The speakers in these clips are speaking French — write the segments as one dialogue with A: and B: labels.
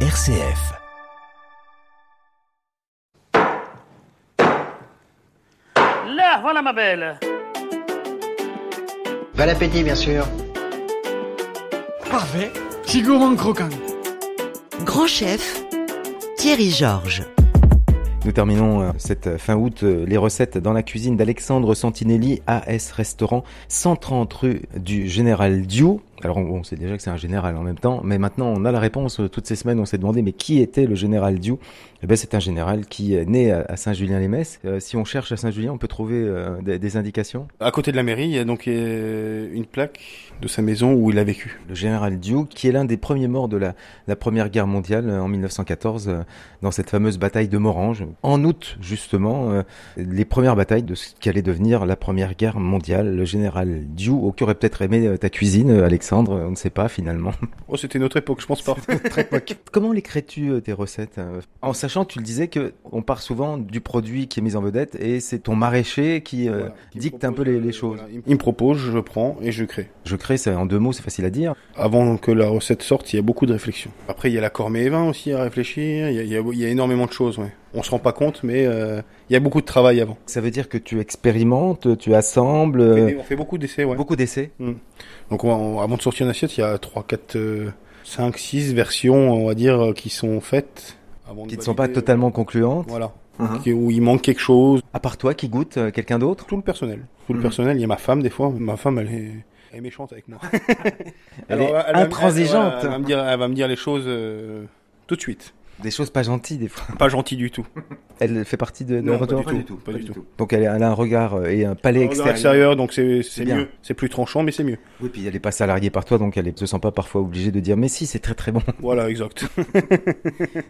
A: RCF.
B: Là, voilà ma belle.
C: Bon appétit, bien sûr.
D: Parfait. C'est gourmand croquant.
E: Grand chef, Thierry Georges.
F: Nous terminons euh, cette fin août euh, les recettes dans la cuisine d'Alexandre Santinelli, AS Restaurant, 130 rue du Général Diou. Alors on- on sait déjà que c'est un général en même temps, mais maintenant on a la réponse. Euh, Toutes ces semaines on s'est demandé mais qui était le général Diou Eh ben c'est un général qui est né à à Saint-Julien-les-Messes. Euh, si on cherche à Saint-Julien, on peut trouver euh, des, des indications.
G: À côté de la mairie, il y a donc euh, une plaque de sa maison où il a vécu.
F: Le général Diou, qui est l'un des premiers morts de la, la Première Guerre mondiale euh, en 1914, euh, dans cette fameuse bataille de Morange. En août, justement, euh, les premières batailles de ce qu'allait devenir la Première Guerre mondiale. Le général Diou, au cœur aurait peut-être aimé euh, ta cuisine, euh, Alexandre, on ne sait pas finalement.
G: Oh, c'était notre époque, je pense pas.
F: Comment les crées-tu, euh, tes recettes euh En sachant, tu le disais, que on part souvent du produit qui est mis en vedette, et c'est ton maraîcher qui euh,
G: Voilà. Il me
F: dicte un peu
G: propose,
F: les, les
G: euh,
F: choses.
G: voilà, il me- Il me propose, je prends et je crée.
F: Je crée, c'est en deux mots, c'est facile à dire.
G: Avant que la recette sorte, il y a beaucoup de réflexions. Après, il y a la cormée et vin aussi à réfléchir. Il y a, il y a- il y a énormément de choses, ouais. On se rend pas compte, mais euh, il y a beaucoup de travail avant.
F: Ça veut dire que tu expérimentes, tu assembles,
G: On fait
F: euh,
G: des- on fait beaucoup d'essais, ouais.
F: beaucoup d'essais.
G: Donc on va- on- avant de sortir une assiette, il y a 3, 4, 5, 6 versions, on va dire, euh, qui sont faites. avant de
F: qui ne sont pas
G: valider, euh,
F: totalement concluantes.
G: Voilà.
F: Mhm.
G: Qui- Où il manque quelque chose.
F: À part toi qui goûte, euh, quelqu'un d'autre
G: Tout le personnel. Tout le
F: Mhm.
G: personnel. Il y a ma femme, des fois. Ma femme, elle est, elle est méchante avec moi.
F: Elle
G: Alors,
F: est
G: va-
F: intransigeante.
G: Elle, va me dire, elle va me dire les choses euh, tout de suite.
F: Des choses pas gentilles des fois.
G: Pas gentil du tout.
F: Elle fait partie de, de
G: Non,
F: l'entourage
G: pas du tout, pas du tout.
F: Donc elle, elle a un regard euh, et un palais
G: Alors, dans
F: extérieur.
G: l'extérieur, donc c'est c'est
F: bien.
G: mieux. C'est plus tranchant, mais c'est mieux.
F: Oui, puis elle n'est pas salariée par toi, donc elle ne se sent pas parfois obligée de dire mais si, c'est très très bon.
G: Voilà, exact.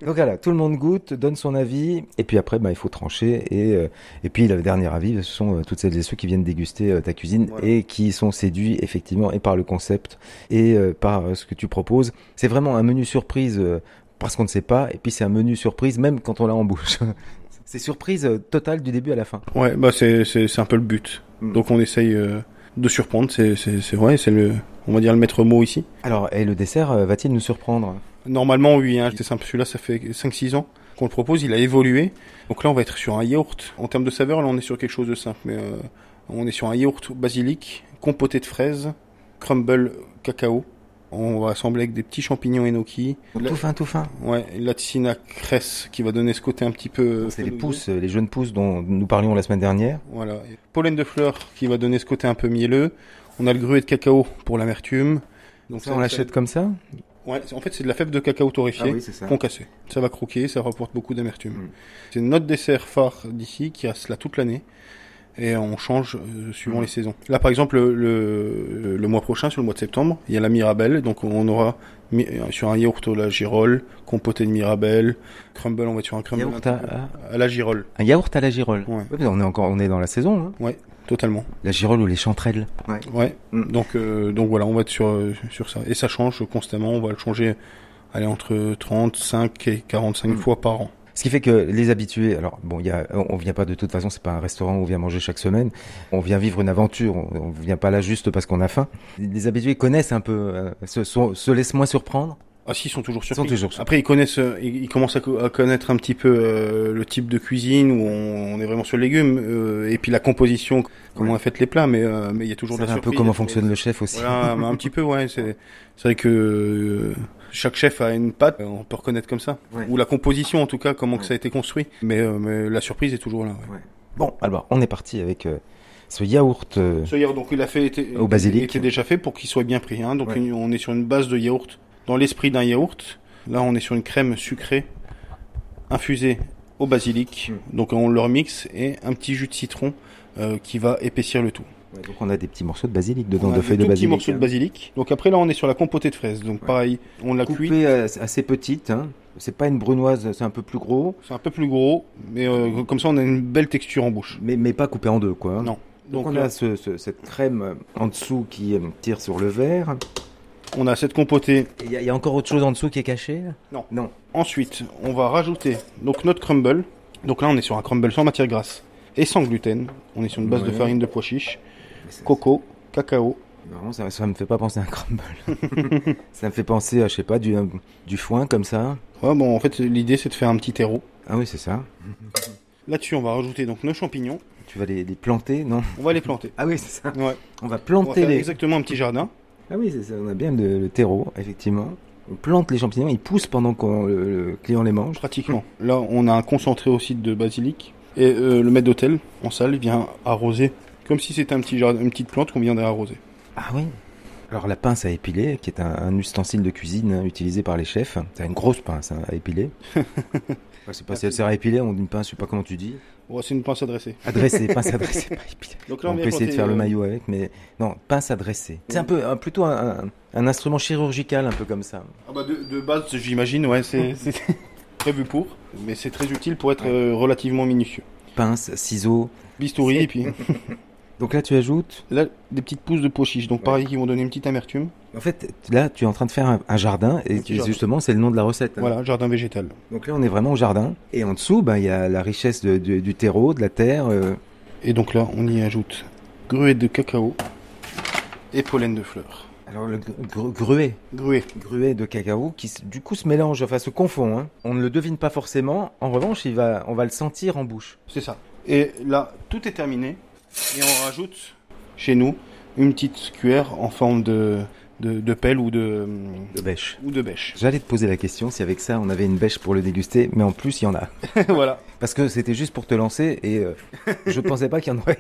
F: donc voilà, tout le monde goûte, donne son avis, et puis après, bah, il faut trancher. Et, euh, et puis le dernier avis, ce sont euh, toutes celles et ceux qui viennent déguster euh, ta cuisine
G: Voilà.
F: et qui sont séduits effectivement et par le concept et euh, par euh, ce que tu proposes. C'est vraiment un menu surprise euh, parce qu'on ne sait pas, et puis c'est un menu surprise même quand on l'a en bouche. c'est surprise euh, totale du début à la fin.
G: Ouais, bah c'est c'est c'est un peu le but.
F: Mm.
G: Donc on essaye euh, de surprendre. C'est c'est c'est vrai. C'est le on va dire le maître mot ici.
F: Alors, et le dessert euh, va-t-il nous surprendre
G: Normalement, oui, hein, c'est simple. Celui-là, ça fait 5-6 ans qu'on le propose. Il a évolué. Donc là, on va être sur un yaourt. En termes de saveur, là, on est sur quelque chose de simple. Mais euh, on est sur un yaourt basilic, compoté de fraises, crumble cacao. On va assembler avec des petits champignons enoki. La,
F: Tout fin, tout fin.
G: ouais, la tsina cresse qui va donner ce côté un petit peu.
F: C'est les pousses, euh, les jeunes pousses dont nous parlions la semaine dernière.
G: Voilà. Et Pollen de fleurs qui va donner ce côté un peu mielleux. On a le gruet de cacao pour l'amertume. Donc
F: Ça, on l'achète Ah comme ça
G: Ouais, c'est- en fait, c'est de la fève de cacao torréfiée.
F: c'est ça.
G: concassé. Ça va croquer, ça rapporte beaucoup d'amertume.
F: Mm.
G: C'est notre dessert phare d'ici qui a cela toute l'année. Et on change euh, suivant
F: Mm.
G: les saisons. Là, par exemple, le, le, le mois prochain, sur le mois de septembre, il y a la Mirabelle. Donc, on aura mi- euh, sur un yaourt la girole, compoté de Mirabelle, crumble, on va être sur un crumble
F: Yaourt hein.
G: un
F: à,
G: petit peu. à la girole.
F: un yaourt à la girole.
G: Ouais.
F: mais on est encore, on est dans la saison. hein.
G: Totalement.
F: La girole ou les chanterelles.
G: Ouais.
F: Mm.
G: Donc, euh, donc voilà, on va être sur, euh, sur ça. Et ça change constamment. On va le changer allez, entre 35 et 45
F: Mm.
G: fois par an.
F: Ce qui fait que les habitués, alors bon, il y a, on on vient pas de toute façon, c'est pas un restaurant où on vient manger chaque semaine. On vient vivre une aventure. On, on vient pas là juste parce qu'on a faim. Les habitués connaissent un peu, euh, se, sont- se laissent moins surprendre.
G: Ah si, ils sont toujours
F: Ils
G: surpris.
F: sont toujours surpris.
G: Après, ils connaissent, euh, ils, ils commencent à, co- à connaître un petit peu euh, le type de cuisine où on, on est vraiment sur le légume euh, et puis la composition, comment on a fait les plats, mais euh, mais il y a toujours de
F: Savent
G: la
F: un peu
G: surprise,
F: comment
G: il y a toujours-
F: fonctionne le chef aussi.
G: Voilà, mais un petit peu, ouais. C'est c'est vrai que euh, chaque chef a une patte, euh, on peut reconnaître comme ça,
F: Ouais.
G: ou la composition en tout cas, comment que
F: Ouais.
G: ça a été construit. Mais euh, mais la surprise est toujours là. ouais.
F: Bon, alors on est parti avec euh, ce yaourt. euh,
G: Ce yaourt, donc il a fait était,
F: Au basilic.
G: était déjà fait pour qu'il soit bien pris. hein. Donc
F: Ouais.
G: une- on est sur une base de yaourt dans l'esprit d'un yaourt. Là, on est sur une crème sucrée infusée au basilic.
F: Mm.
G: Donc on leur mixe et un petit jus de citron euh, qui va épaissir le tout.
F: Ouais, donc on a des petits morceaux de basilic dedans,
G: on a
F: de feuilles de
G: tout petits
F: basilic.
G: morceaux de
F: hein.
G: basilic. Donc après là, on est sur la compotée de fraises. Donc
F: Ouais.
G: pareil, on la cuit.
F: Coupé euh, assez petite. Hein. C'est pas une brunoise, c'est un peu plus gros,
G: C'est un peu plus gros, mais euh, comme ça, on a une belle texture en bouche.
F: mais, mais pas coupé en deux quoi. hein.
G: Non.
F: Donc,
G: Donc
F: on
G: là,
F: a ce- ce- cette crème euh, en dessous qui euh, tire sur le verre.
G: on a cette compotée
F: Et Il y, a- il y a encore autre chose en dessous qui est cachée là
G: Non.
F: Non.
G: Ensuite, on va rajouter donc notre crumble. Donc là, on est sur un crumble sans matière grasse et sans gluten. On est sur une base de
F: Ouais.
G: farine de pois chiche, coco, cacao,
F: Vraiment, ça, ça me fait pas penser à un crumble. ça me fait penser à, je sais pas, du, euh, du foin comme ça.
G: Ouais, bon, en fait, l'idée, c'est de faire un petit terreau.
F: Ah oui, c'est ça.
G: Là-dessus, on va rajouter donc nos champignons.
F: Tu vas les, les planter, non
G: On va les planter.
F: Ah oui, c'est ça.
G: Ouais.
F: On va
G: On va
F: planter
G: faire
F: les.
G: exactement un petit jardin.
F: Ah oui, c'est ça. On a bien le, le terreau, effectivement. On plante les champignons, ils poussent pendant que le, le client les mange.
G: Pratiquement. Là, on a un concentré aussi de basilic. Et euh, le maître d'hôtel, en salle, il vient arroser. Comme si c'était un petit jardin, une petite plante qu'on vient d'arroser.
F: Ah oui. Alors la pince à épiler, qui est un, un ustensile de cuisine hein, utilisé par les chefs, c'est une grosse pince hein, à épiler. Ouais, c'est pas si elle sert à épiler, on dit une pince, je sais pas comment tu dis.
G: Ouais, c'est une pince à dresser.
F: Adresser, pince adressée, pas épiler.
G: Donc
F: on
G: vient
F: peut essayer de
G: planter,
F: faire le
G: euh,
F: maillot avec, mais non, pince adressée. C'est un peu, un- plutôt un, un- un instrument chirurgical, un peu comme ça.
G: Ah bah, de, de base, j'imagine, ouais, c'est c'est prévu pour. Mais c'est très utile pour être euh, relativement minutieux.
F: Pince, ciseaux.
G: Bistouri, et puis
F: Donc là, tu ajoutes.
G: là, des petites pousses de pois chiches. Donc pareil, qui vont donner une petite amertume.
F: En fait, là, tu es en train de faire un, un jardin, et
G: Un petit
F: et
G: jardin.
F: justement, c'est le nom de la recette. hein.
G: Voilà, jardin végétal.
F: Donc là, on est vraiment au jardin. Et en dessous, ben, il y a la richesse de- de- du terreau, de la terre. euh,
G: Et donc là, on y ajoute gruette de cacao et pollen de fleurs.
F: Alors, le gr- gr- gruet.
G: Gruet.
F: Gruet de cacao qui s- du coup se mélange, enfin se confond. hein. On ne le devine pas forcément. En revanche, il va, on va le sentir en bouche.
G: C'est ça. Et là, tout est terminé. Et on rajoute chez nous une petite cuillère en forme de, de, de pelle ou de,
F: De bêche.
G: ou de bêche.
F: J'allais te poser la question si avec ça on avait une bêche pour le déguster, mais en plus il y en a.
G: voilà.
F: Parce que c'était juste pour te lancer et euh, je pensais pas qu'il y en aurait.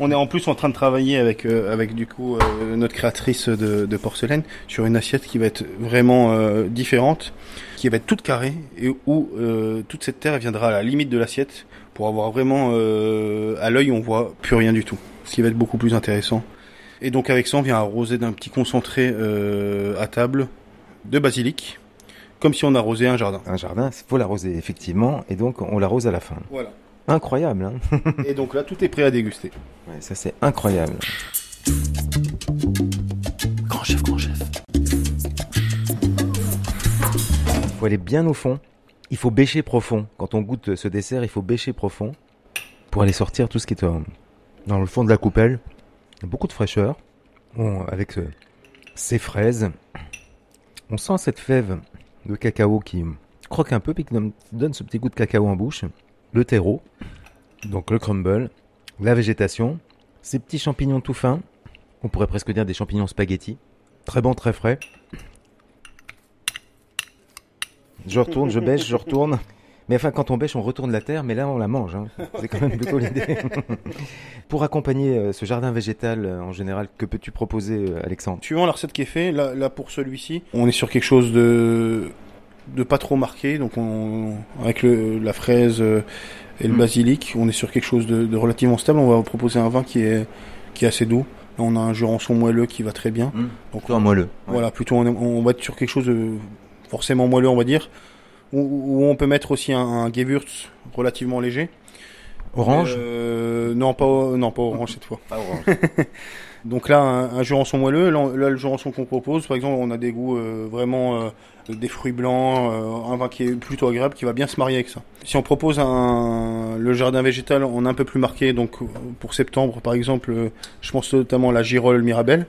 G: On est en plus en train de travailler avec, euh, avec du coup euh, notre créatrice de, de porcelaine sur une assiette qui va être vraiment euh, différente, qui va être toute carrée et où euh, toute cette terre viendra à la limite de l'assiette pour avoir vraiment euh, à l'œil on voit plus rien du tout, ce qui va être beaucoup plus intéressant. Et donc avec ça on vient arroser d'un petit concentré euh, à table de basilic, comme si on arrosait un jardin.
F: Un jardin, il faut l'arroser effectivement et donc on l'arrose à la fin.
G: Voilà.
F: Incroyable, hein
G: Et donc là tout est prêt à déguster.
F: Ouais, Ça c'est incroyable.
D: Grand chef, grand chef.
F: faut aller bien au fond. Il faut bêcher profond. Quand on goûte ce dessert, il faut bêcher profond pour aller sortir tout ce qui est euh, dans le fond de la coupelle. Beaucoup de fraîcheur. Bon, avec ce- ces fraises, on sent cette fève de cacao qui croque un peu puis qui donne- donne ce petit goût de cacao en bouche. Le terreau, donc le crumble, la végétation, ces petits champignons tout fins. On pourrait presque dire des champignons spaghetti. Très bon, très frais. Je retourne, je bêche, je retourne. Mais enfin, quand on bêche, on retourne la terre, mais là, on la mange. hein. C'est quand même plutôt l'idée. Pour accompagner euh, ce jardin végétal, euh, en général, que peux-tu proposer, euh, Alexandre
G: Suivant la recette qui est faite, là, là pour celui-ci, on est sur quelque chose de de pas trop marqué, donc on, avec le, la fraise euh, et le basilic, on est sur quelque chose de, de relativement stable. On va proposer un vin qui est qui est assez doux. Là, on a un jurançon moelleux qui va très bien. Donc
F: Plutôt un moelleux.
G: voilà, plutôt on, est- on va être sur quelque chose de forcément moelleux, on va dire, où, où on peut mettre aussi un, un Gewürz relativement léger.
F: Orange
G: Euh, Non, pas non pas orange cette fois.
F: Pas orange.
G: Donc là, un, un jurançon moelleux, là, on- là, le jurançon qu'on propose, par exemple, on a des goûts euh, vraiment euh, des fruits blancs, euh, un vin qui est plutôt agréable, qui va bien se marier avec ça. Si on propose un, le jardin végétal, on a un peu plus marqué, donc euh, pour septembre, par exemple, euh, je pense notamment à la girole Mirabelle.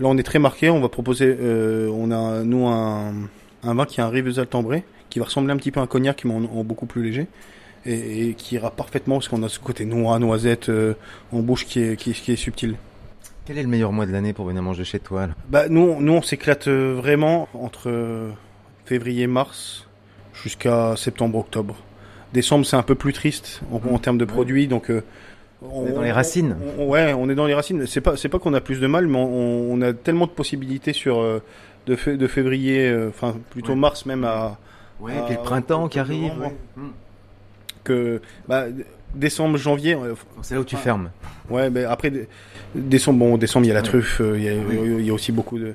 G: Là, on est très marqué, on va proposer, euh, on a nous un, un vin qui est un Rivesal timbré, qui va ressembler un petit peu à un cognac, mais en, en beaucoup plus léger. Et, et qui ira parfaitement parce qu'on a ce côté noix, noisette euh, en bouche qui est, qui est- qui est subtil.
F: Quel est le meilleur mois de l'année pour venir manger chez toi là
G: Bah nous, on- nous on s'éclate euh, vraiment entre euh, février mars jusqu'à septembre octobre. Décembre c'est un peu plus triste en, en termes de produits donc euh,
F: est dans les racines.
G: on- on- ouais, on est dans les racines. C'est pas c'est pas qu'on a plus de mal mais on, on a tellement de possibilités sur euh, de, fé- de février euh, enfin plutôt
F: Ouais.
G: mars même à
F: Ouais,
G: Ah,
F: puis le printemps qui arrive.
G: novembre.
F: ouais. Mm.
G: que bah, d- décembre janvier euh,
F: Donc, C'est là où tu
G: Ouais.
F: fermes.
G: Ouais, mais après, dé- décembre, bon, décembre, il y a la
F: Ouais.
G: truffe, euh, il y a-
F: Oui.
G: il y, a aussi beaucoup de.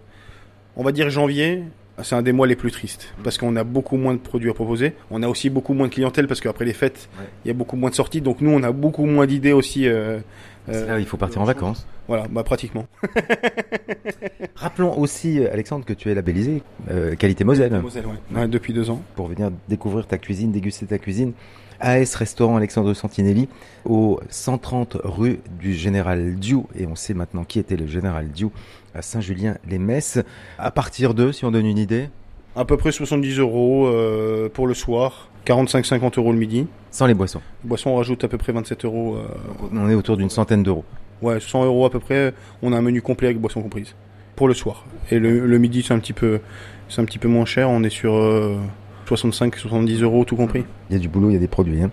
G: On va dire janvier, c'est un des mois les plus tristes, parce qu'on a beaucoup moins de produits à proposer. On a aussi beaucoup moins de clientèle, parce qu'après les fêtes,
F: Ouais.
G: il y a beaucoup moins de sorties. Donc nous, on a beaucoup moins d'idées aussi euh,
F: C'est
G: Euh,
F: là où il faut partir en vacances.
G: Voilà, bah pratiquement.
F: Rappelons aussi, euh, Alexandre, que tu es labellisé euh, Qualité Moselle
G: Moselle, ouais. Ouais, hein, depuis deux ans.
F: pour venir découvrir ta cuisine, déguster ta cuisine. AS Restaurant Alexandre Santinelli au 130 rue du Général Diou. Et on sait maintenant qui était le Général Diou à Saint-Julien-les-Messes. À partir d'eux, si on donne une idée,
G: À peu près 70 euros euh, pour le soir, 45-50 euros le midi.
F: sans les boissons.
G: Boisson, on rajoute à peu près 27 euros. euh,
F: On est autour d'une centaine d'euros.
G: ouais, 100 euros à peu près. On a un menu complet avec boisson comprise pour le soir. Et le, le midi, c'est un petit peu, c'est un petit peu moins cher. On est sur 65-70 euros tout compris.
F: Il y a du boulot, il y a des produits. hein.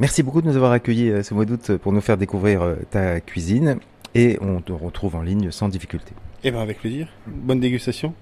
F: Merci beaucoup de nous avoir accueillis euh, ce mois d'août pour nous faire découvrir euh, ta cuisine. Et on te retrouve en ligne sans difficulté.
G: Eh Et ben avec plaisir. Bonne dégustation.